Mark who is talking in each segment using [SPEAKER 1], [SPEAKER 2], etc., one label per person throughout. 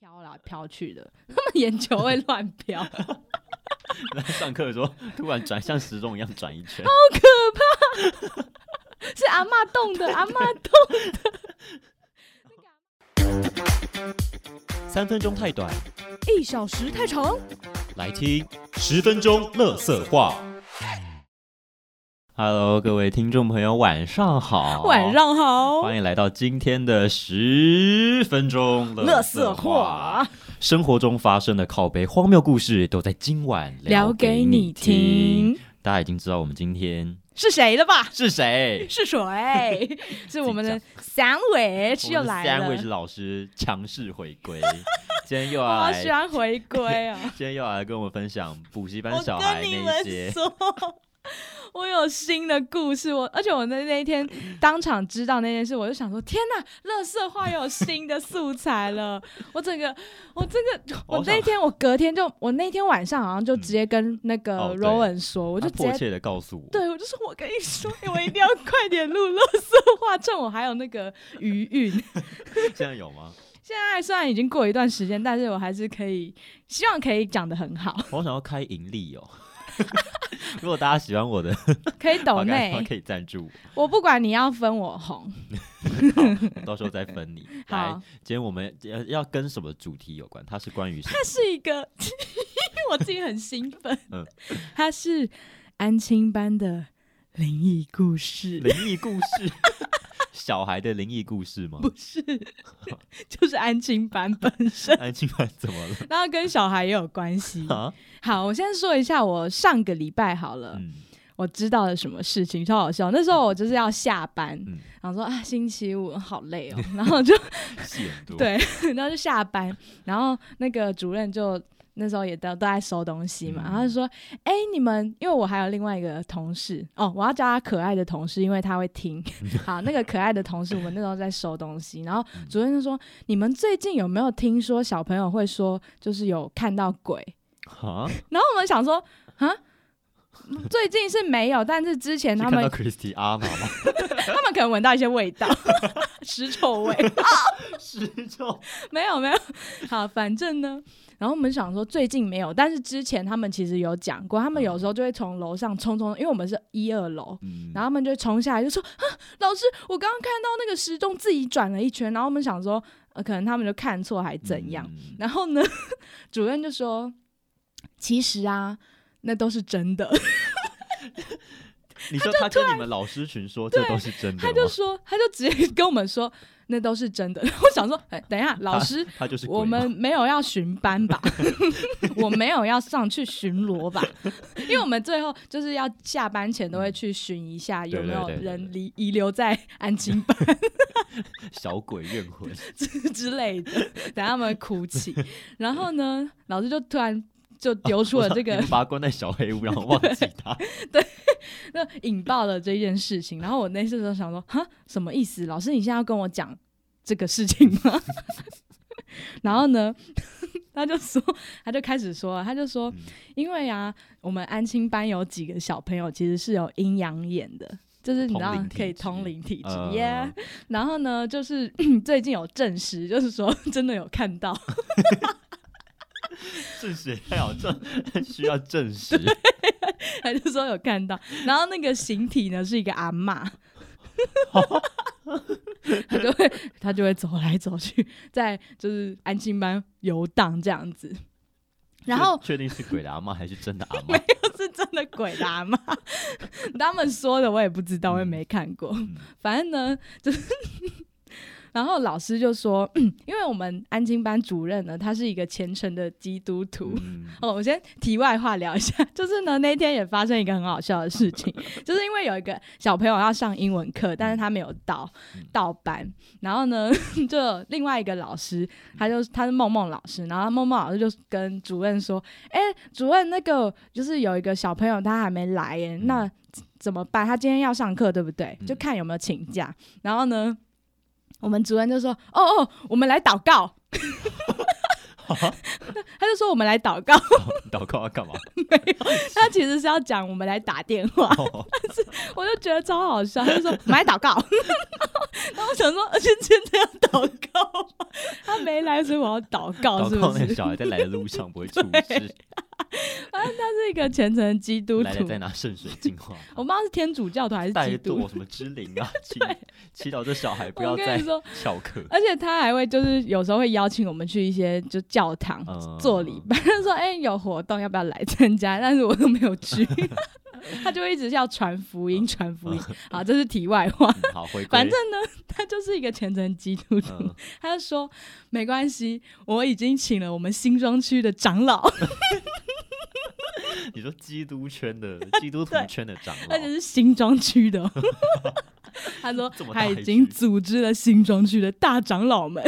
[SPEAKER 1] 飘来飘去的， 他们眼球会乱飘，好可
[SPEAKER 2] 来上课 的时候突然转像时钟一样转一圈，
[SPEAKER 1] 怕！ 是阿嬷动的，阿嬷动。
[SPEAKER 2] 三分钟太短，
[SPEAKER 1] 一小时太长。
[SPEAKER 2] 来听十分钟乐色话。Hello，各位听众朋友，晚上 好，
[SPEAKER 1] 晚上好，
[SPEAKER 2] 欢迎来到今天的十分钟
[SPEAKER 1] 乐色
[SPEAKER 2] 色
[SPEAKER 1] 话。
[SPEAKER 2] 生活中发生的靠背荒谬故事，都在今晚
[SPEAKER 1] 聊给你听。。
[SPEAKER 2] 大家已经知道我们今天
[SPEAKER 1] 是谁了吧？
[SPEAKER 2] 是谁？
[SPEAKER 1] 是 谁？是我们的 sandwich 又来
[SPEAKER 2] 我们的 sandwich
[SPEAKER 1] 了，
[SPEAKER 2] 老师强势回 归，今天又
[SPEAKER 1] 我
[SPEAKER 2] 要
[SPEAKER 1] 好
[SPEAKER 2] 来
[SPEAKER 1] 喜欢回归啊！
[SPEAKER 2] 今天又来跟我们分享补习班
[SPEAKER 1] 我
[SPEAKER 2] 小孩
[SPEAKER 1] 跟你
[SPEAKER 2] 那一
[SPEAKER 1] 们
[SPEAKER 2] 些，
[SPEAKER 1] 说，我有新的故事，我而且我那那一天当场知道那件事，我就想说，天哪，乐色话又有新的素材了！我整个，我这个，我
[SPEAKER 2] 我
[SPEAKER 1] 那
[SPEAKER 2] 哦想
[SPEAKER 1] 天我隔天就，我那天晚上好像就
[SPEAKER 2] 嗯
[SPEAKER 1] 直接跟那个
[SPEAKER 2] 哦对
[SPEAKER 1] Rowan 说，我
[SPEAKER 2] 我
[SPEAKER 1] 就直
[SPEAKER 2] 迫
[SPEAKER 1] 接。
[SPEAKER 2] 切的告诉我，
[SPEAKER 1] 对，我就说，我跟你说，我一定要快点录乐色话，趁我还有那个余韵。
[SPEAKER 2] 现在有吗？
[SPEAKER 1] 现在虽然已经过一段时间，但是我还是可以，希望可以讲得很好，
[SPEAKER 2] 我想要开盈利哦。 如果大家喜欢我的
[SPEAKER 1] 可以抖
[SPEAKER 2] podcast 的话，
[SPEAKER 1] 内。
[SPEAKER 2] 可以 赞助
[SPEAKER 1] 我不管你要分我红，
[SPEAKER 2] 我，好，我到时候再分你。来
[SPEAKER 1] 好，
[SPEAKER 2] 今天我们要要跟什么主题有关？它是关于什么
[SPEAKER 1] 它是一个， 我自己很兴奋。
[SPEAKER 2] 嗯
[SPEAKER 1] 它是安亲班的灵异故事，
[SPEAKER 2] 灵异故 事，小孩的灵异故事吗？
[SPEAKER 1] 不是， 就是安亲班本身，
[SPEAKER 2] 安静班怎么了？
[SPEAKER 1] 然后跟小孩也有关系。
[SPEAKER 2] 啊，
[SPEAKER 1] 好，我先说一下我上个礼拜好了，
[SPEAKER 2] 嗯
[SPEAKER 1] 我知道了什么事情，超好笑。那时候我就是要下班，
[SPEAKER 2] 嗯，
[SPEAKER 1] 然后说啊星期五好累哦， 然后就
[SPEAKER 2] 戏很多。
[SPEAKER 1] 对然后就下班，然后那个主任就那时候也都都在收东西嘛，
[SPEAKER 2] 嗯
[SPEAKER 1] 然后就说：“哎、你们，因为我还有另外一个同事哦，我要叫他可爱的同事，因为他会听。 好，那个可爱的同事，我们那时候在收东西，然后
[SPEAKER 2] 嗯
[SPEAKER 1] 主任就说：你们最近有没有听说小朋友会说，就是有看到鬼？
[SPEAKER 2] 啊，
[SPEAKER 1] 然后我们想说，啊。”最近是没有，但是之前
[SPEAKER 2] 是
[SPEAKER 1] 他
[SPEAKER 2] 看
[SPEAKER 1] 们
[SPEAKER 2] 到 Christy 阿玛 吗？
[SPEAKER 1] 他们可能闻到一些味道， 尸臭味。
[SPEAKER 2] 是这种
[SPEAKER 1] 没有没有，好，反正呢，然后我们想说最近没有，但是之前他们其实有讲过，他们有时候就会从楼上冲冲，因为我们是一二楼。
[SPEAKER 2] 嗯
[SPEAKER 1] 然后他们就会冲下来，就说：“啊，老师，我刚刚看到那个时钟自己转了一圈。”然后我们想说，呃，可能他们就看错还怎样。？
[SPEAKER 2] 嗯
[SPEAKER 1] 然后呢， 主任就说：“其实啊，那都是真的。”
[SPEAKER 2] 你说他跟你们老师群说这都是真的吗？
[SPEAKER 1] 他就说，他就直接跟我们说：“那都是真的。” 我想说，哎、等一下，
[SPEAKER 2] 啊
[SPEAKER 1] 老师，
[SPEAKER 2] 他就是鬼
[SPEAKER 1] 我
[SPEAKER 2] 吗
[SPEAKER 1] 们没有要巡班吧？ 我没有要上去巡逻 吧？因为我们最后就是要下班前都会去巡一下有没有
[SPEAKER 2] 嗯对对对对
[SPEAKER 1] 人离遗留在安亲班
[SPEAKER 2] 小鬼怨魂，
[SPEAKER 1] 之类的，等他们哭泣。然后呢，老师就突然就丢出了这
[SPEAKER 2] 你
[SPEAKER 1] 个
[SPEAKER 2] 们把他关在小黑屋，然后忘记他。
[SPEAKER 1] 那引爆了这件事情，然后我那时候想说，哈，什么意思？老师，你现在要跟我讲这个事情吗？ 然后呢， 他就说，他就开始说，他就说，
[SPEAKER 2] 嗯
[SPEAKER 1] 因为啊，我们安亲班有几个小朋友其实是有阴阳眼的，就是你知道
[SPEAKER 2] 通灵体
[SPEAKER 1] 可以
[SPEAKER 2] 质
[SPEAKER 1] 通灵体质
[SPEAKER 2] 呃
[SPEAKER 1] 耶。Yeah 然后呢，就是 最近有证实，就是说 真的有看到，
[SPEAKER 2] 证实太好证，需要证实。
[SPEAKER 1] 他就说有看到。然后那个形体呢是一个阿 嬷，他就会他就会走来走去，在就是安亲班游荡这样子。然后
[SPEAKER 2] 确确定是鬼的阿妈还是真的阿妈
[SPEAKER 1] 没？有 是真的鬼的阿嬷，他们说的我也不知道，我也没看过。
[SPEAKER 2] 嗯
[SPEAKER 1] 反正呢，就是， 然后老师就说， 因为我们安亲班主任呢，他是一个虔诚的基督徒，
[SPEAKER 2] 嗯
[SPEAKER 1] 哦，我先题外话聊一下， 就是呢，那天也发生一个很好笑的事情， 就是因为有一个小朋友要上英文课，但是他没有到
[SPEAKER 2] 嗯
[SPEAKER 1] 到班，然后呢， 就有另外一个老师，他就他是梦梦老师，然后梦梦老师就跟主任说：“哎、主任，那个就是有一个小朋友他还没来耶，
[SPEAKER 2] 嗯
[SPEAKER 1] 那怎么办？他今天要上课对不对？
[SPEAKER 2] 嗯
[SPEAKER 1] 就看有没有请假。 然后呢，我们主任就说：“哦哦，我们来祷告。”他就说我们来祷告，
[SPEAKER 2] 祷告要干嘛？
[SPEAKER 1] 他其实是要讲我们来打电话，
[SPEAKER 2] 哦
[SPEAKER 1] 我就觉得超好笑，他就说我们来祷告， 然后我想说，而且真的要祷告吗？他没来，所以我要祷告，哦是不
[SPEAKER 2] 祷告
[SPEAKER 1] 是啊
[SPEAKER 2] 那？个小孩在来的路上不会出事，
[SPEAKER 1] 他是一个虔诚的基督
[SPEAKER 2] 来了
[SPEAKER 1] 徒，
[SPEAKER 2] 再拿圣水净化，
[SPEAKER 1] 我不知道是天主教徒还是
[SPEAKER 2] 带
[SPEAKER 1] 基督
[SPEAKER 2] 做。什么之灵 啊？祈祈祷这小孩不
[SPEAKER 1] 我
[SPEAKER 2] 要
[SPEAKER 1] 跟
[SPEAKER 2] 再
[SPEAKER 1] 你说，
[SPEAKER 2] 翘课。
[SPEAKER 1] 而且他还会就是有时候会邀请我们去一些就教堂
[SPEAKER 2] 嗯
[SPEAKER 1] 做礼拜，他说哎、有活动要不要来参加？但是我都没有去， 他就一直要传福音传福音。
[SPEAKER 2] 哦
[SPEAKER 1] 好，这是题外话。
[SPEAKER 2] 嗯好，回归。
[SPEAKER 1] 反正呢， 他就是一个虔诚基督徒，
[SPEAKER 2] 嗯
[SPEAKER 1] 他就说没关系，我已经请了我们新庄区的长老，
[SPEAKER 2] 你说基督 圈的基督徒圈的长
[SPEAKER 1] 而且
[SPEAKER 2] 老，
[SPEAKER 1] 是新庄区 的哦。他说
[SPEAKER 2] 这么大
[SPEAKER 1] 他
[SPEAKER 2] 一
[SPEAKER 1] 已经
[SPEAKER 2] 区
[SPEAKER 1] 组织了新庄区的大长老们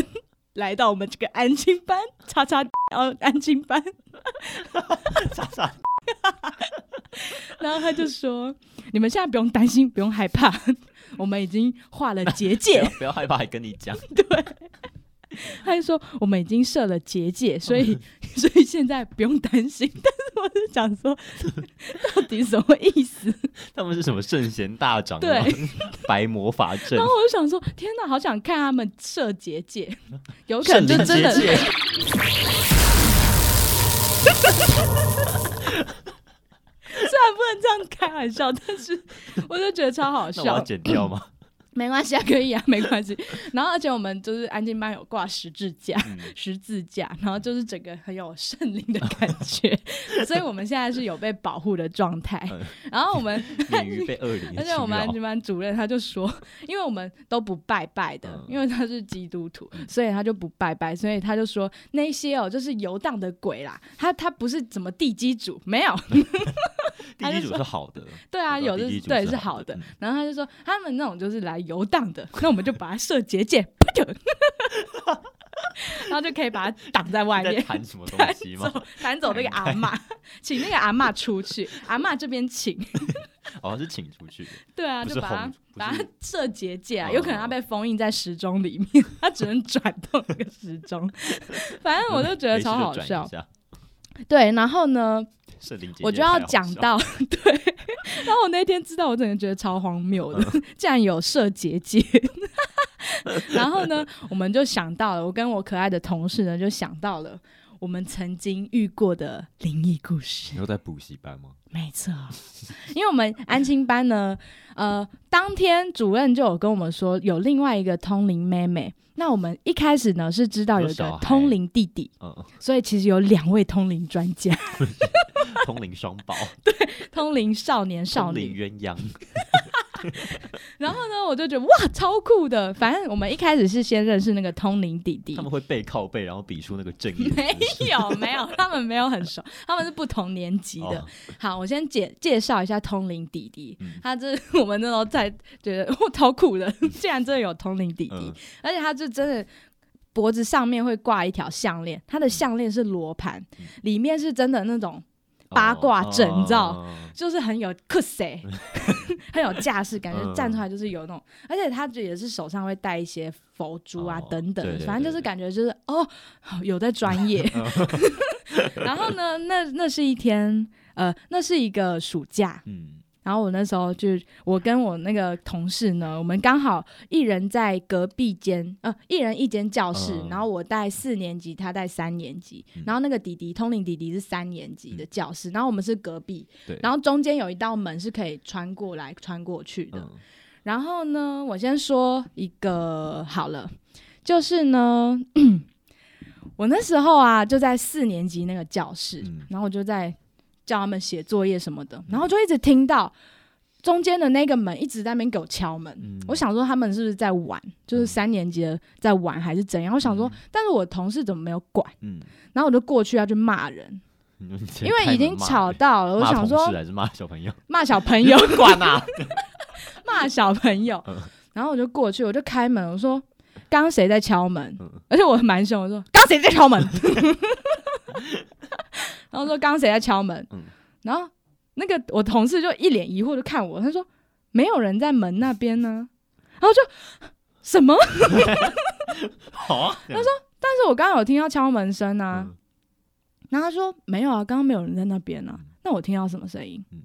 [SPEAKER 1] 来到我们这个安亲班，叉叉 哦安亲班，
[SPEAKER 2] 傻傻
[SPEAKER 1] 然后他就说你们现在不用担心，不用害怕，我们已经画了结
[SPEAKER 2] 不
[SPEAKER 1] 界
[SPEAKER 2] 要。不要害怕，还跟你 讲，
[SPEAKER 1] 他就说我们已经设了结界，所
[SPEAKER 2] 哦
[SPEAKER 1] 以所以现在不用担心。 但是我就想说， 到底什么意思？
[SPEAKER 2] 他们是什么圣贤大长老
[SPEAKER 1] 对，
[SPEAKER 2] 白魔法阵
[SPEAKER 1] 然，后我就想说，天哪，好想看他们设结界，有可能
[SPEAKER 2] 圣
[SPEAKER 1] 就
[SPEAKER 2] 灵
[SPEAKER 1] 真
[SPEAKER 2] 结
[SPEAKER 1] 的
[SPEAKER 2] 界。
[SPEAKER 1] 虽然不能这样开玩笑，但是我就觉得超好
[SPEAKER 2] 那我要
[SPEAKER 1] 笑。
[SPEAKER 2] 剪掉吗？
[SPEAKER 1] 没关系啊，可以啊，没关系。然后而且我们就是安静班有挂十字架，
[SPEAKER 2] 嗯，
[SPEAKER 1] 十字架，然后就是整个很有圣灵的感 觉，所以我们现在是有被保护的状态
[SPEAKER 2] 嗯。
[SPEAKER 1] 然后我们
[SPEAKER 2] 免于被恶灵的
[SPEAKER 1] 而
[SPEAKER 2] 侵
[SPEAKER 1] 且我们安全
[SPEAKER 2] 扰。
[SPEAKER 1] 班主任他就说，因为我们都不拜拜的，
[SPEAKER 2] 嗯
[SPEAKER 1] 因为他是基督徒，所以他就不拜拜，所以他就说那些哦，就是游荡的鬼啦，他他不是怎么地基主，没有，
[SPEAKER 2] 第一
[SPEAKER 1] 他就
[SPEAKER 2] 组
[SPEAKER 1] 说
[SPEAKER 2] 是好的，
[SPEAKER 1] 对啊，有
[SPEAKER 2] 我知
[SPEAKER 1] 的
[SPEAKER 2] 道地基主
[SPEAKER 1] 对
[SPEAKER 2] 是
[SPEAKER 1] 是
[SPEAKER 2] 好
[SPEAKER 1] 好
[SPEAKER 2] 的
[SPEAKER 1] 的
[SPEAKER 2] 嗯，
[SPEAKER 1] 然后他就说他们那种就是来游荡的，那我们就把它设结界，然后就可以把它挡在外
[SPEAKER 2] 你在
[SPEAKER 1] 面。
[SPEAKER 2] 谈什么东
[SPEAKER 1] 赶
[SPEAKER 2] 西吗？
[SPEAKER 1] 走，赶走那个 阿嬷，请那个阿嬷出去，阿嬷这边请，
[SPEAKER 2] 哦，是请出去的，
[SPEAKER 1] 对啊，
[SPEAKER 2] 不
[SPEAKER 1] 就是把它
[SPEAKER 2] 红，
[SPEAKER 1] 把
[SPEAKER 2] 不
[SPEAKER 1] 它
[SPEAKER 2] 是嗯
[SPEAKER 1] 设结界啊，
[SPEAKER 2] 哦
[SPEAKER 1] 有可能它被封印在时钟里面，它只能转动那个时钟。 反 正我就觉得
[SPEAKER 2] 没事
[SPEAKER 1] 超
[SPEAKER 2] 就
[SPEAKER 1] 好
[SPEAKER 2] 转一
[SPEAKER 1] 笑。
[SPEAKER 2] 下。
[SPEAKER 1] 对，然后呢，
[SPEAKER 2] 圣灵结界
[SPEAKER 1] 我就要
[SPEAKER 2] 太好
[SPEAKER 1] 讲
[SPEAKER 2] 笑
[SPEAKER 1] 到， 对，然后我那天知道，我真的觉得超荒谬的，
[SPEAKER 2] 嗯
[SPEAKER 1] 竟然有设结界。 然后呢，我们就想到了，我跟我可爱的同事呢，就想到了我们曾经遇过的灵异故事
[SPEAKER 2] 你。又在补习班吗？
[SPEAKER 1] 没错， 因为我们安亲班呢，呃，当天主任就有跟我们说，有另外一个通灵妹妹。那我们一开始呢是知道有一
[SPEAKER 2] 有小
[SPEAKER 1] 个
[SPEAKER 2] 孩
[SPEAKER 1] 通灵弟弟，
[SPEAKER 2] 嗯，嗯
[SPEAKER 1] 所以其实有两位通灵专家，
[SPEAKER 2] 通灵双宝，
[SPEAKER 1] 通灵少年 少
[SPEAKER 2] 通
[SPEAKER 1] 女
[SPEAKER 2] 灵。鸳鸯，
[SPEAKER 1] 然后呢，我就觉得哇，超酷的。反正我们一开始是先认识那个通灵弟弟
[SPEAKER 2] 他，们会背靠背，然后比出那个正义 的
[SPEAKER 1] 没
[SPEAKER 2] 姿势。
[SPEAKER 1] 有没有，他们没有很熟，他们是不同年级的。
[SPEAKER 2] 哦
[SPEAKER 1] 好，我先介介绍一下通灵弟弟，
[SPEAKER 2] 嗯
[SPEAKER 1] 他这我们那时候在觉得哇超酷的， 竟然真的有通灵弟弟，
[SPEAKER 2] 嗯
[SPEAKER 1] 而且他就真的。脖子上面会挂一条项链，他的项链是罗盘，
[SPEAKER 2] 嗯
[SPEAKER 1] 里面是真的那种八卦阵你知道
[SPEAKER 2] 哦
[SPEAKER 1] 就是很有 c u s 很有架势，感觉
[SPEAKER 2] 嗯
[SPEAKER 1] 站出来就是有那种，而且他就也是手上会带一些佛珠啊、
[SPEAKER 2] 哦
[SPEAKER 1] 等等的，
[SPEAKER 2] 对对
[SPEAKER 1] 反正就是
[SPEAKER 2] 对对
[SPEAKER 1] 感觉就是哦，好有在专业。 然后呢，那那是一天，呃，那是一个暑假，
[SPEAKER 2] 嗯，
[SPEAKER 1] 然后我那时候就我跟我那个同事呢，我们刚好一人在隔壁间，呃，一人一间教室，
[SPEAKER 2] 嗯
[SPEAKER 1] 然后我带四年级，他带三年级，
[SPEAKER 2] 嗯
[SPEAKER 1] 然后那个弟弟通灵弟弟是三年级的教室，然后我们是隔壁，
[SPEAKER 2] 对，
[SPEAKER 1] 然
[SPEAKER 2] 后
[SPEAKER 1] 后中间有一道门是可以穿过来穿过去的。
[SPEAKER 2] 嗯
[SPEAKER 1] 然后呢，我先说一个好了，就是呢， 我那时候啊就在四年级那个教室，
[SPEAKER 2] 嗯
[SPEAKER 1] 然后我就在叫他们写作业什么的，然后就一直听到中间的那个门一直在那边给我敲门。
[SPEAKER 2] 嗯
[SPEAKER 1] 我想说他们是不是在玩，就是
[SPEAKER 2] 嗯
[SPEAKER 1] 三年级的在玩还是怎样？我想说
[SPEAKER 2] 嗯，
[SPEAKER 1] 但是我同事怎么没有管？
[SPEAKER 2] 嗯，
[SPEAKER 1] 然后我就过去要去骂人，
[SPEAKER 2] 因
[SPEAKER 1] 因为已经吵到了。我
[SPEAKER 2] 骂
[SPEAKER 1] 想
[SPEAKER 2] 同
[SPEAKER 1] 说
[SPEAKER 2] 事还啊是骂小朋友，
[SPEAKER 1] 骂小朋 友，
[SPEAKER 2] 管啊！
[SPEAKER 1] 骂小朋友
[SPEAKER 2] 嗯，
[SPEAKER 1] 然后我就过去，我就开门，我说：“刚刚谁在敲门
[SPEAKER 2] 嗯？”
[SPEAKER 1] 而且我蛮凶，我说：“刚刚谁在敲门？”然后说：“刚刚谁在敲门
[SPEAKER 2] 嗯？”
[SPEAKER 1] 然后那个我同事就一脸疑惑的看我，他说：“没有人在门那边呢。”然后我就什么？
[SPEAKER 2] 好啊，他说
[SPEAKER 1] 但是我刚刚有听到敲门声啊，
[SPEAKER 2] 嗯
[SPEAKER 1] 然后他说没有啊，刚刚没有人在那边啊
[SPEAKER 2] 嗯。
[SPEAKER 1] 那我听到什么声音？
[SPEAKER 2] 嗯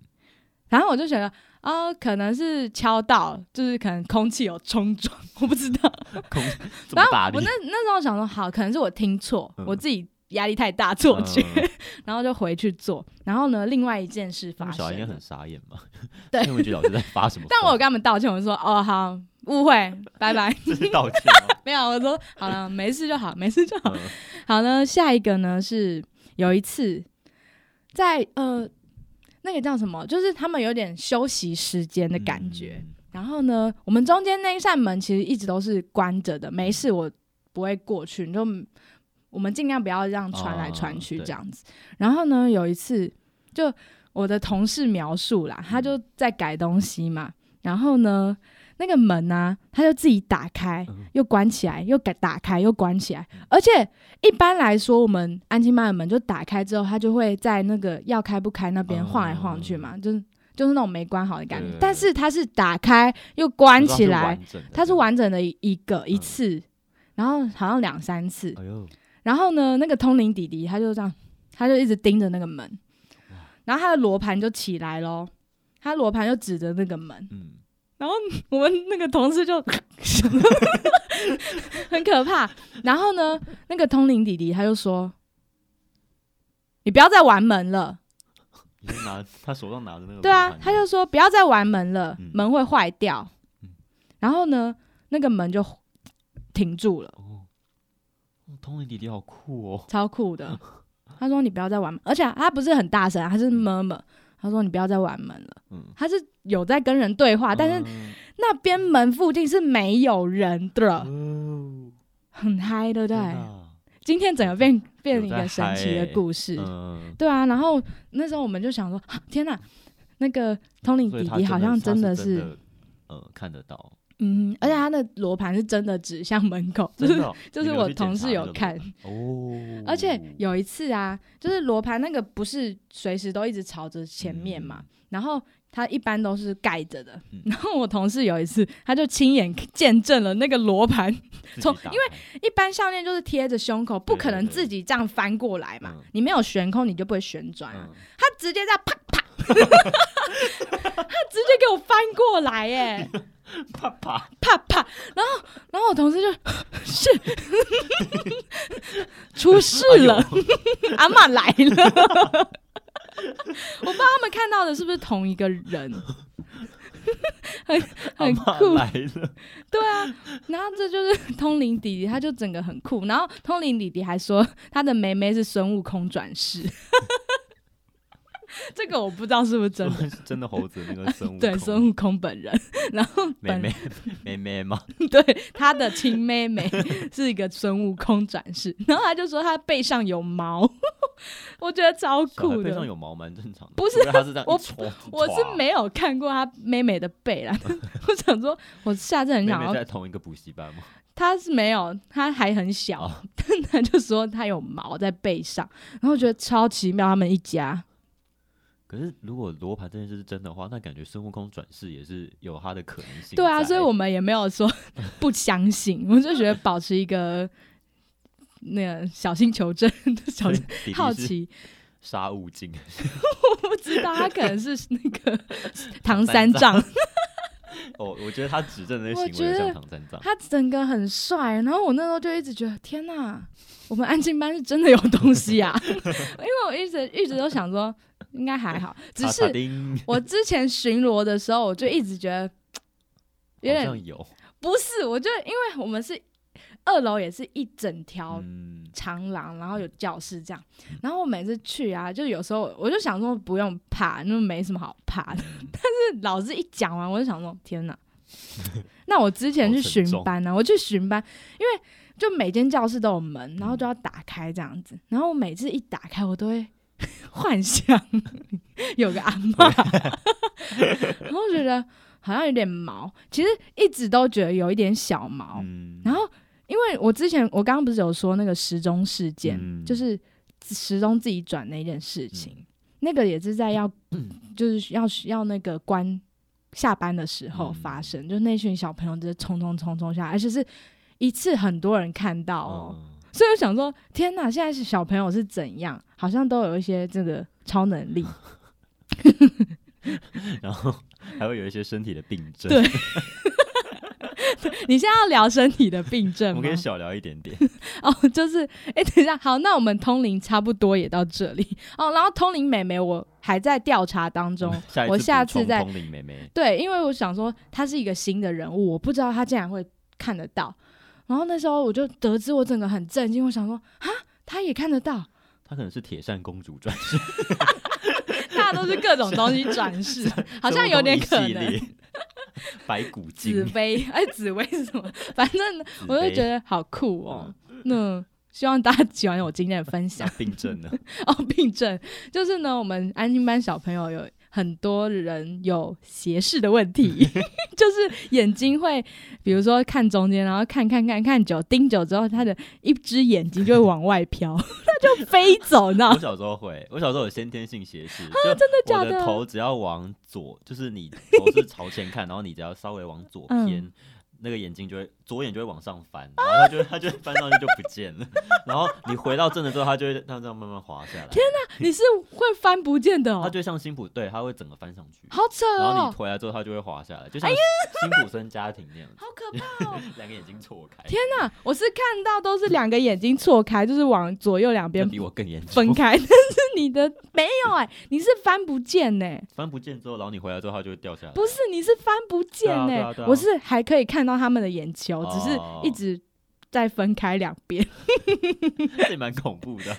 [SPEAKER 1] 然后我就觉得哦，可能是敲到，就是可能空气有冲撞，我不知道。
[SPEAKER 2] 空怎
[SPEAKER 1] 然
[SPEAKER 2] 么
[SPEAKER 1] 后
[SPEAKER 2] 打理
[SPEAKER 1] 我那那时候想说，好，可能是我听错，
[SPEAKER 2] 嗯
[SPEAKER 1] 我自己压力太大错觉，
[SPEAKER 2] 嗯嗯嗯
[SPEAKER 1] 然后就回去做。然后呢，另外一件事
[SPEAKER 2] 他
[SPEAKER 1] 发
[SPEAKER 2] 们小孩应该
[SPEAKER 1] 生了
[SPEAKER 2] 很，傻眼吧？
[SPEAKER 1] 对
[SPEAKER 2] 他们觉得老师在发什么疯？
[SPEAKER 1] 但我有跟他们道歉，我就说哦好，误会， 拜拜。
[SPEAKER 2] 这是道歉吗？
[SPEAKER 1] 没有，我说好了，没事就好，没事就好。
[SPEAKER 2] 嗯
[SPEAKER 1] 好呢，下一个呢是有一次在呃那个叫什么，就是他们有点休息时间 的感
[SPEAKER 2] 嗯
[SPEAKER 1] 觉。，然后呢，我们中间那一扇门其实一直都是关着的，没事我不会过去，你就嗯我们尽量不要让传来传去
[SPEAKER 2] 哦对
[SPEAKER 1] 这样子。然后呢，有一次就我的同事描述啦，他就在改东西
[SPEAKER 2] 嗯
[SPEAKER 1] 嘛，然后呢。那个门呢、他就自己打开
[SPEAKER 2] 嗯，
[SPEAKER 1] 又关起来，又改打开，又关起来。而且一般来说，我们安亲班的门就打开之后，它就会在那个要开不开那边
[SPEAKER 2] 嗯
[SPEAKER 1] 晃来晃去嘛，就是就是那种没关好的感觉
[SPEAKER 2] 对对。对
[SPEAKER 1] 但是它是打开又关起来，
[SPEAKER 2] 嗯，
[SPEAKER 1] 它是
[SPEAKER 2] 完嗯
[SPEAKER 1] 完整的一个一次，然后好像两三次
[SPEAKER 2] 整的。哎呦，
[SPEAKER 1] 然后呢，那个通灵弟弟他就这样，他就一直盯着那个门，然后他的罗盘就起来咯，他罗盘就指着那个门，
[SPEAKER 2] 嗯，
[SPEAKER 1] 我们那个同事就 很可怕。然后呢，那个通灵弟弟他就说：“你不要再玩门了。
[SPEAKER 2] 你是拿他手上拿着那”个
[SPEAKER 1] 对啊
[SPEAKER 2] 罗，盘
[SPEAKER 1] 他就说不要再玩门了
[SPEAKER 2] 嗯，
[SPEAKER 1] 门会坏掉
[SPEAKER 2] 嗯。
[SPEAKER 1] 然后呢，那个门就停住了，
[SPEAKER 2] 哦，哦通灵弟弟好酷哦，
[SPEAKER 1] 超酷的。他说：“你不要再玩门，而且他不是很大声啊，他是么么。”他说：“你不要再玩门了。
[SPEAKER 2] 嗯”，
[SPEAKER 1] 他是有在跟人对啊话，但是
[SPEAKER 2] 嗯
[SPEAKER 1] 那边门附近是没有人的，
[SPEAKER 2] 哦，
[SPEAKER 1] 很嗨，对不对？
[SPEAKER 2] 天哪
[SPEAKER 1] 今天整个变变
[SPEAKER 2] 有
[SPEAKER 1] 一
[SPEAKER 2] 在
[SPEAKER 1] 个神奇的
[SPEAKER 2] 嗨
[SPEAKER 1] 故事，
[SPEAKER 2] 嗯，
[SPEAKER 1] 对啊。然后那时候我们就想说，啊天哪、那个通灵
[SPEAKER 2] 所
[SPEAKER 1] 弟
[SPEAKER 2] 以他
[SPEAKER 1] 弟好像
[SPEAKER 2] 真
[SPEAKER 1] 的
[SPEAKER 2] 的
[SPEAKER 1] 是，
[SPEAKER 2] 他真的呃，看得到，
[SPEAKER 1] 嗯，而且他的罗盘是真的指向门口，就
[SPEAKER 2] 真
[SPEAKER 1] 是
[SPEAKER 2] 的哦
[SPEAKER 1] 就
[SPEAKER 2] 你
[SPEAKER 1] 是
[SPEAKER 2] 没
[SPEAKER 1] 我
[SPEAKER 2] 去检
[SPEAKER 1] 同
[SPEAKER 2] 查
[SPEAKER 1] 事
[SPEAKER 2] 那
[SPEAKER 1] 有
[SPEAKER 2] 个罗
[SPEAKER 1] 看
[SPEAKER 2] 盘哦，
[SPEAKER 1] 而且有一次啊，就是罗盘那个不是随时都一直朝着前面嘛，然后它一般都是盖着的。
[SPEAKER 2] 嗯
[SPEAKER 1] 然后我同事有一次，他就亲眼见证了那个罗盘从
[SPEAKER 2] 因为
[SPEAKER 1] 一般项链就是贴着胸口，不
[SPEAKER 2] 对
[SPEAKER 1] 可
[SPEAKER 2] 对
[SPEAKER 1] 能
[SPEAKER 2] 对
[SPEAKER 1] 自己这样翻过来嘛。
[SPEAKER 2] 嗯
[SPEAKER 1] 你没有悬空，你就不会旋转啊。他直接这样啪啪， 他直接给我翻过来耶，
[SPEAKER 2] 爸 爸
[SPEAKER 1] 啪啪。然后，然后我同事就 是出事了， 阿嬷来了。 我不知道他们看到的是不是同一个人， 很很酷。
[SPEAKER 2] 来了，
[SPEAKER 1] 对啊，然后这就是通灵弟弟，他就整个很酷。然后通灵弟弟还说他的妹妹是孙悟空转世， 这个我不知道是不是 真的。
[SPEAKER 2] 真 的是真的猴子 那个生物，
[SPEAKER 1] 对，孙悟空本人，然后
[SPEAKER 2] 妹
[SPEAKER 1] 本
[SPEAKER 2] 妹妹妹吗？
[SPEAKER 1] 对他的亲妹妹是一个孙悟空转世，然后他就说他背上有毛， 我觉得超
[SPEAKER 2] 小孩
[SPEAKER 1] 酷
[SPEAKER 2] 啊背上
[SPEAKER 1] 的。
[SPEAKER 2] 有毛蛮正常的，
[SPEAKER 1] 不是
[SPEAKER 2] 他是这样
[SPEAKER 1] 我
[SPEAKER 2] 一啊戳，
[SPEAKER 1] 我是
[SPEAKER 2] 唰
[SPEAKER 1] 没有看过他妹妹的背啦， 我想说，我下次很
[SPEAKER 2] 妹
[SPEAKER 1] 想
[SPEAKER 2] 妹
[SPEAKER 1] 要
[SPEAKER 2] 在同一个补习班吗？
[SPEAKER 1] 他是没有，他还很小，
[SPEAKER 2] 哦
[SPEAKER 1] 但他就说他有毛在背上，然后我觉得超奇妙，他们一家
[SPEAKER 2] 可是如果罗盘这件事是真的话，那感觉孙悟空转世也是有他的可能性在。
[SPEAKER 1] 对啊，所以我们也没有说 不相信，我就觉得保持一个那个小心求证、 小
[SPEAKER 2] 所以
[SPEAKER 1] 心
[SPEAKER 2] 弟弟
[SPEAKER 1] 好
[SPEAKER 2] 是
[SPEAKER 1] 奇，
[SPEAKER 2] 杀悟净，
[SPEAKER 1] 我不知道他可能是那个唐三藏，
[SPEAKER 2] 哦，我觉得他指证的那
[SPEAKER 1] 我
[SPEAKER 2] 个行
[SPEAKER 1] 觉
[SPEAKER 2] 为
[SPEAKER 1] 得
[SPEAKER 2] 像唐三藏，
[SPEAKER 1] 他整个很帅，然后我那时候就一直觉得天哪，我们安静班是真的有东西啊，因为我一直一直都想说应该还好，只
[SPEAKER 2] 塔
[SPEAKER 1] 是
[SPEAKER 2] 塔丁
[SPEAKER 1] 我之前巡逻的时候，我就一直觉得有
[SPEAKER 2] 好
[SPEAKER 1] 点
[SPEAKER 2] 像有，
[SPEAKER 1] 不是，我就因为我们是二楼也是一整条
[SPEAKER 2] 嗯，
[SPEAKER 1] 长廊，然后有教室这样，然后我每次去啊，就有时候我就想说不用怕，那没什么好怕的。 但是老师一讲完，我就想说天哪！那我之前去巡班啊呢、我去巡班，因为就每间教室都有门，然后都要打开这样子，然后我每次一打开，我都会 幻想有个阿嬷，然后觉得好像有点毛，其实一直都觉得有一点小毛，
[SPEAKER 2] 嗯
[SPEAKER 1] 然后，因为我之前我刚刚不是有说那个时钟事件，
[SPEAKER 2] 嗯
[SPEAKER 1] 就是时钟自己转那件事情，那个也是在要、就是要要那个关下班的时候发生，就那群小朋友直接冲冲冲冲下来，而且是一次很多人看到哦，
[SPEAKER 2] 嗯
[SPEAKER 1] 所以我想说，天哪，现在是小朋友是怎样？好像都有一些这个超能力。
[SPEAKER 2] 然后还会有一些身体的 病症。
[SPEAKER 1] 对你现在要聊身体的病症
[SPEAKER 2] 我
[SPEAKER 1] 吗
[SPEAKER 2] 们可？以小聊一点点。
[SPEAKER 1] 哦，就是，哎、等一下，好，那我们通灵差不多也到这里哦。然后通灵妹妹，我还在调查当中。
[SPEAKER 2] 下一
[SPEAKER 1] 我下
[SPEAKER 2] 补充
[SPEAKER 1] 次再
[SPEAKER 2] 通灵妹妹，
[SPEAKER 1] 对，因为我想说她是一个新的人物，我不知道她竟然会看得到。然后那时候我就得知，我整个很震惊，我想说啊，她也看得到，
[SPEAKER 2] 她可能是铁扇公主转世，
[SPEAKER 1] 大家都是各种东西转 世，好像有点可
[SPEAKER 2] 孙悟空一系
[SPEAKER 1] 能。
[SPEAKER 2] 列。白骨
[SPEAKER 1] 紫
[SPEAKER 2] 精，
[SPEAKER 1] 薇，哎，紫薇是什么？ 反正
[SPEAKER 2] 紫
[SPEAKER 1] 我就
[SPEAKER 2] 薇嗯
[SPEAKER 1] 觉得好酷哦。那希望大家喜欢我今天的分享
[SPEAKER 2] 那。病症呢？
[SPEAKER 1] 哦，病症 就是呢，我们安心班小朋友有很多人有斜视的问题， 就是眼睛会，比如说看中间，然后看看看看久，盯久之后，他的一只眼睛就会往外飘， 他就飞走，你知道
[SPEAKER 2] 我
[SPEAKER 1] 吗？
[SPEAKER 2] 小时候会，我小时候有先天性斜视，就真的
[SPEAKER 1] 假
[SPEAKER 2] 我的
[SPEAKER 1] 啊的
[SPEAKER 2] 头只要往左，就是你头是朝前看，然后你只要稍微往左
[SPEAKER 1] 嗯
[SPEAKER 2] 偏，那个眼睛就会左眼就会往上翻，然后它就会它就会翻上去就不见了。 然后你回到正的之后，它就会它这样慢慢滑下来，
[SPEAKER 1] 你是会翻不见的
[SPEAKER 2] 它
[SPEAKER 1] 哦，
[SPEAKER 2] 就像辛普对，它会整个翻上去。
[SPEAKER 1] 好扯
[SPEAKER 2] 然后你
[SPEAKER 1] 哦，哎
[SPEAKER 2] 回来之后，它就会滑下来，就像辛普森家庭那样子，
[SPEAKER 1] 好可怕哦！
[SPEAKER 2] 两个眼睛错开，
[SPEAKER 1] 天哪，我是看到都是两个眼睛错开，就是往左右两
[SPEAKER 2] 那
[SPEAKER 1] 边
[SPEAKER 2] 比我更严重。
[SPEAKER 1] 分开， 但是你的没有哎、你是翻不见呢、
[SPEAKER 2] 翻不见之后，然后你回来之后，它就会掉下来。
[SPEAKER 1] 不是，你是翻不见
[SPEAKER 2] 对啊
[SPEAKER 1] 呢、
[SPEAKER 2] 对啊对啊
[SPEAKER 1] 我是还可以看到他们的眼球，只是
[SPEAKER 2] 哦
[SPEAKER 1] 一直在分开两边，
[SPEAKER 2] 这也蛮恐怖的。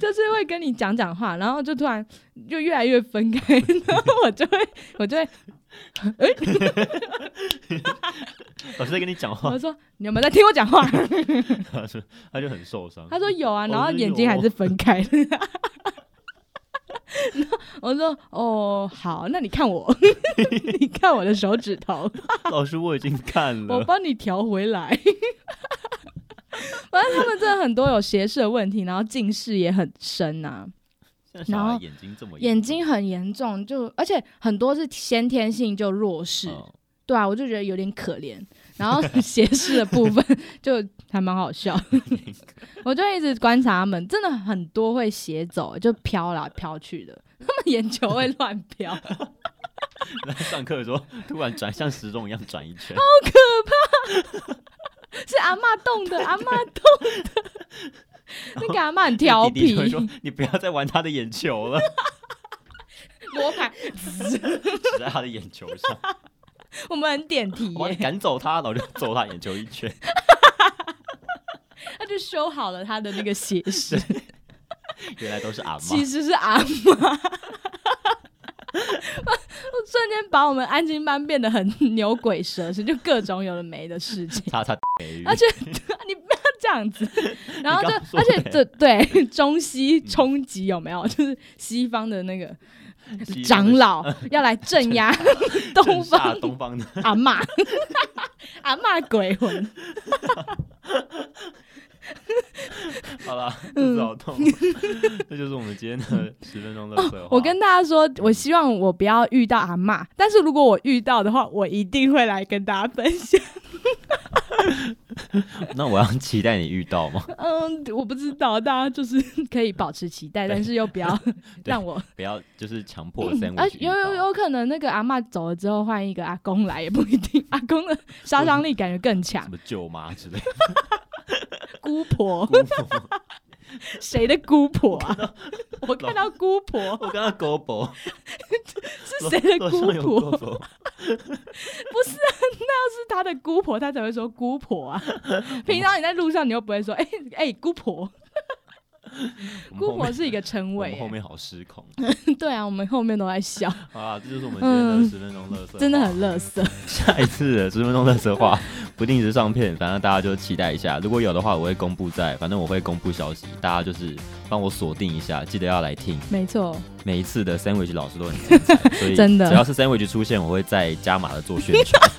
[SPEAKER 1] 就是会跟你讲讲话，然后就突然就越来越分开，然后我就 会我就会
[SPEAKER 2] 哦老师在跟你讲
[SPEAKER 1] 我
[SPEAKER 2] 话
[SPEAKER 1] 就，说你有没有在听我讲 话？
[SPEAKER 2] 他说他就很受伤。
[SPEAKER 1] 他说有啊，
[SPEAKER 2] 哦
[SPEAKER 1] 然后眼睛还是分开的。 然后我说哦，好，那你看我， 你看我的手指头，
[SPEAKER 2] 老师，我已经看
[SPEAKER 1] 我
[SPEAKER 2] 了。
[SPEAKER 1] 帮你调回来。 反正他们真的很多有斜视的问题，然后近视也很深呐、
[SPEAKER 2] 现在小
[SPEAKER 1] 然
[SPEAKER 2] 孩
[SPEAKER 1] 后
[SPEAKER 2] 眼睛这么
[SPEAKER 1] 眼睛很严重，就而且很多是先天性就弱视，
[SPEAKER 2] 哦
[SPEAKER 1] 对啊，我就觉得有点可怜。然后斜视的部分 就还蛮好笑， 我就一直观察他们，真的很多会斜走，就飘来飘去的，他们眼球会乱飘，好可
[SPEAKER 2] 来 上课的时候突然转像时钟一样转一圈，
[SPEAKER 1] 怕！是阿嬷动的，阿嬷动 的，那个阿嬷很调
[SPEAKER 2] 弟弟
[SPEAKER 1] 皮
[SPEAKER 2] 就，会说你不要再玩他的眼球了，
[SPEAKER 1] 罗盘，
[SPEAKER 2] 指在他的眼球上，
[SPEAKER 1] 我们很点题
[SPEAKER 2] 我要
[SPEAKER 1] 耶，
[SPEAKER 2] 赶走他，然后就揍他眼球一圈。
[SPEAKER 1] 他就修好了他的那个斜视。
[SPEAKER 2] 原来都是阿
[SPEAKER 1] 其
[SPEAKER 2] 嬷，，
[SPEAKER 1] 实是阿妈。我瞬间把我们安静班变得很牛鬼蛇神，就各种有的没的事情
[SPEAKER 2] 擦擦眉
[SPEAKER 1] 而且你不要这样子，然后就
[SPEAKER 2] 你刚说
[SPEAKER 1] 而且
[SPEAKER 2] 的
[SPEAKER 1] 这对中西
[SPEAKER 2] 嗯
[SPEAKER 1] 冲击有没有？就是西方的那个
[SPEAKER 2] 西方的
[SPEAKER 1] 长老要来镇压东
[SPEAKER 2] 镇煞
[SPEAKER 1] 方
[SPEAKER 2] 东方的，
[SPEAKER 1] 阿妈 阿妈鬼魂，
[SPEAKER 2] 好啦，
[SPEAKER 1] 嗯
[SPEAKER 2] 肚子好痛， 这就是我们今天的十分钟乐色话。
[SPEAKER 1] 我跟大家说，我希望我不要遇到阿妈，但是如果我遇到的话，我一定会来跟大家分享。
[SPEAKER 2] 那我要期待你遇到吗？
[SPEAKER 1] 嗯，我不知道，大家就是可以保持期待，
[SPEAKER 2] 对
[SPEAKER 1] 但是又不要让我。
[SPEAKER 2] 不要就是强迫三
[SPEAKER 1] 啊
[SPEAKER 2] 位，去遇
[SPEAKER 1] 有
[SPEAKER 2] 到。
[SPEAKER 1] 有有可能那个阿嬷走了之后换一个阿公来也不一定，阿公的杀伤力感觉更强
[SPEAKER 2] 什。么舅妈之类的，
[SPEAKER 1] 姑婆，
[SPEAKER 2] 姑婆
[SPEAKER 1] 谁的姑婆啊？我看到姑婆
[SPEAKER 2] 我刚刚狗婆
[SPEAKER 1] 是谁的姑婆？
[SPEAKER 2] 狗婆？
[SPEAKER 1] 是他的姑婆，他才会说姑婆啊。平常你在路上，你又不会说，哎、哎、姑婆， 姑婆是一个称
[SPEAKER 2] 我
[SPEAKER 1] 谓
[SPEAKER 2] 们后
[SPEAKER 1] 欸、
[SPEAKER 2] 面好失控
[SPEAKER 1] 对啊，我们后面都在 笑，
[SPEAKER 2] 啊！这就是我们今天的
[SPEAKER 1] 嗯
[SPEAKER 2] 十分钟乐色，
[SPEAKER 1] 真的很。乐色。
[SPEAKER 2] 下一次的十分钟乐色话不定时上片，反正大家就期待一下。如果有的话，我会公布在，反正我会公布消息，大家就是帮我锁定一下，记得要来听。
[SPEAKER 1] 没错，
[SPEAKER 2] 每一次的 sandwich 老师都很精彩，所以
[SPEAKER 1] 真的
[SPEAKER 2] 只要是 sandwich 出现，我会再加码的做宣传。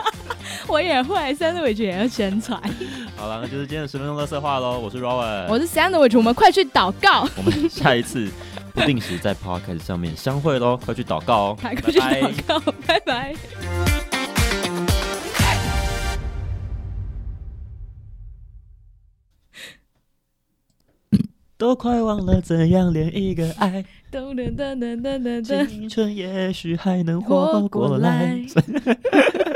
[SPEAKER 1] 我也会，三十尾曲也要宣传。
[SPEAKER 2] 好了，那就是今天的十分钟乐色话喽。我是 Rowan，
[SPEAKER 1] 我是 Sandwich，我们快去祷告，
[SPEAKER 2] 我们下一次不定时在 podcast 上面相会喽，快去祷告哦，
[SPEAKER 1] 快去
[SPEAKER 2] 拜拜
[SPEAKER 1] 祷告，拜拜。
[SPEAKER 2] 都快忘了怎样恋一个爱，
[SPEAKER 1] 噔噔噔噔噔噔噔，
[SPEAKER 2] 青春也许还能活
[SPEAKER 1] 活
[SPEAKER 2] 过
[SPEAKER 1] 过
[SPEAKER 2] 来
[SPEAKER 1] 来。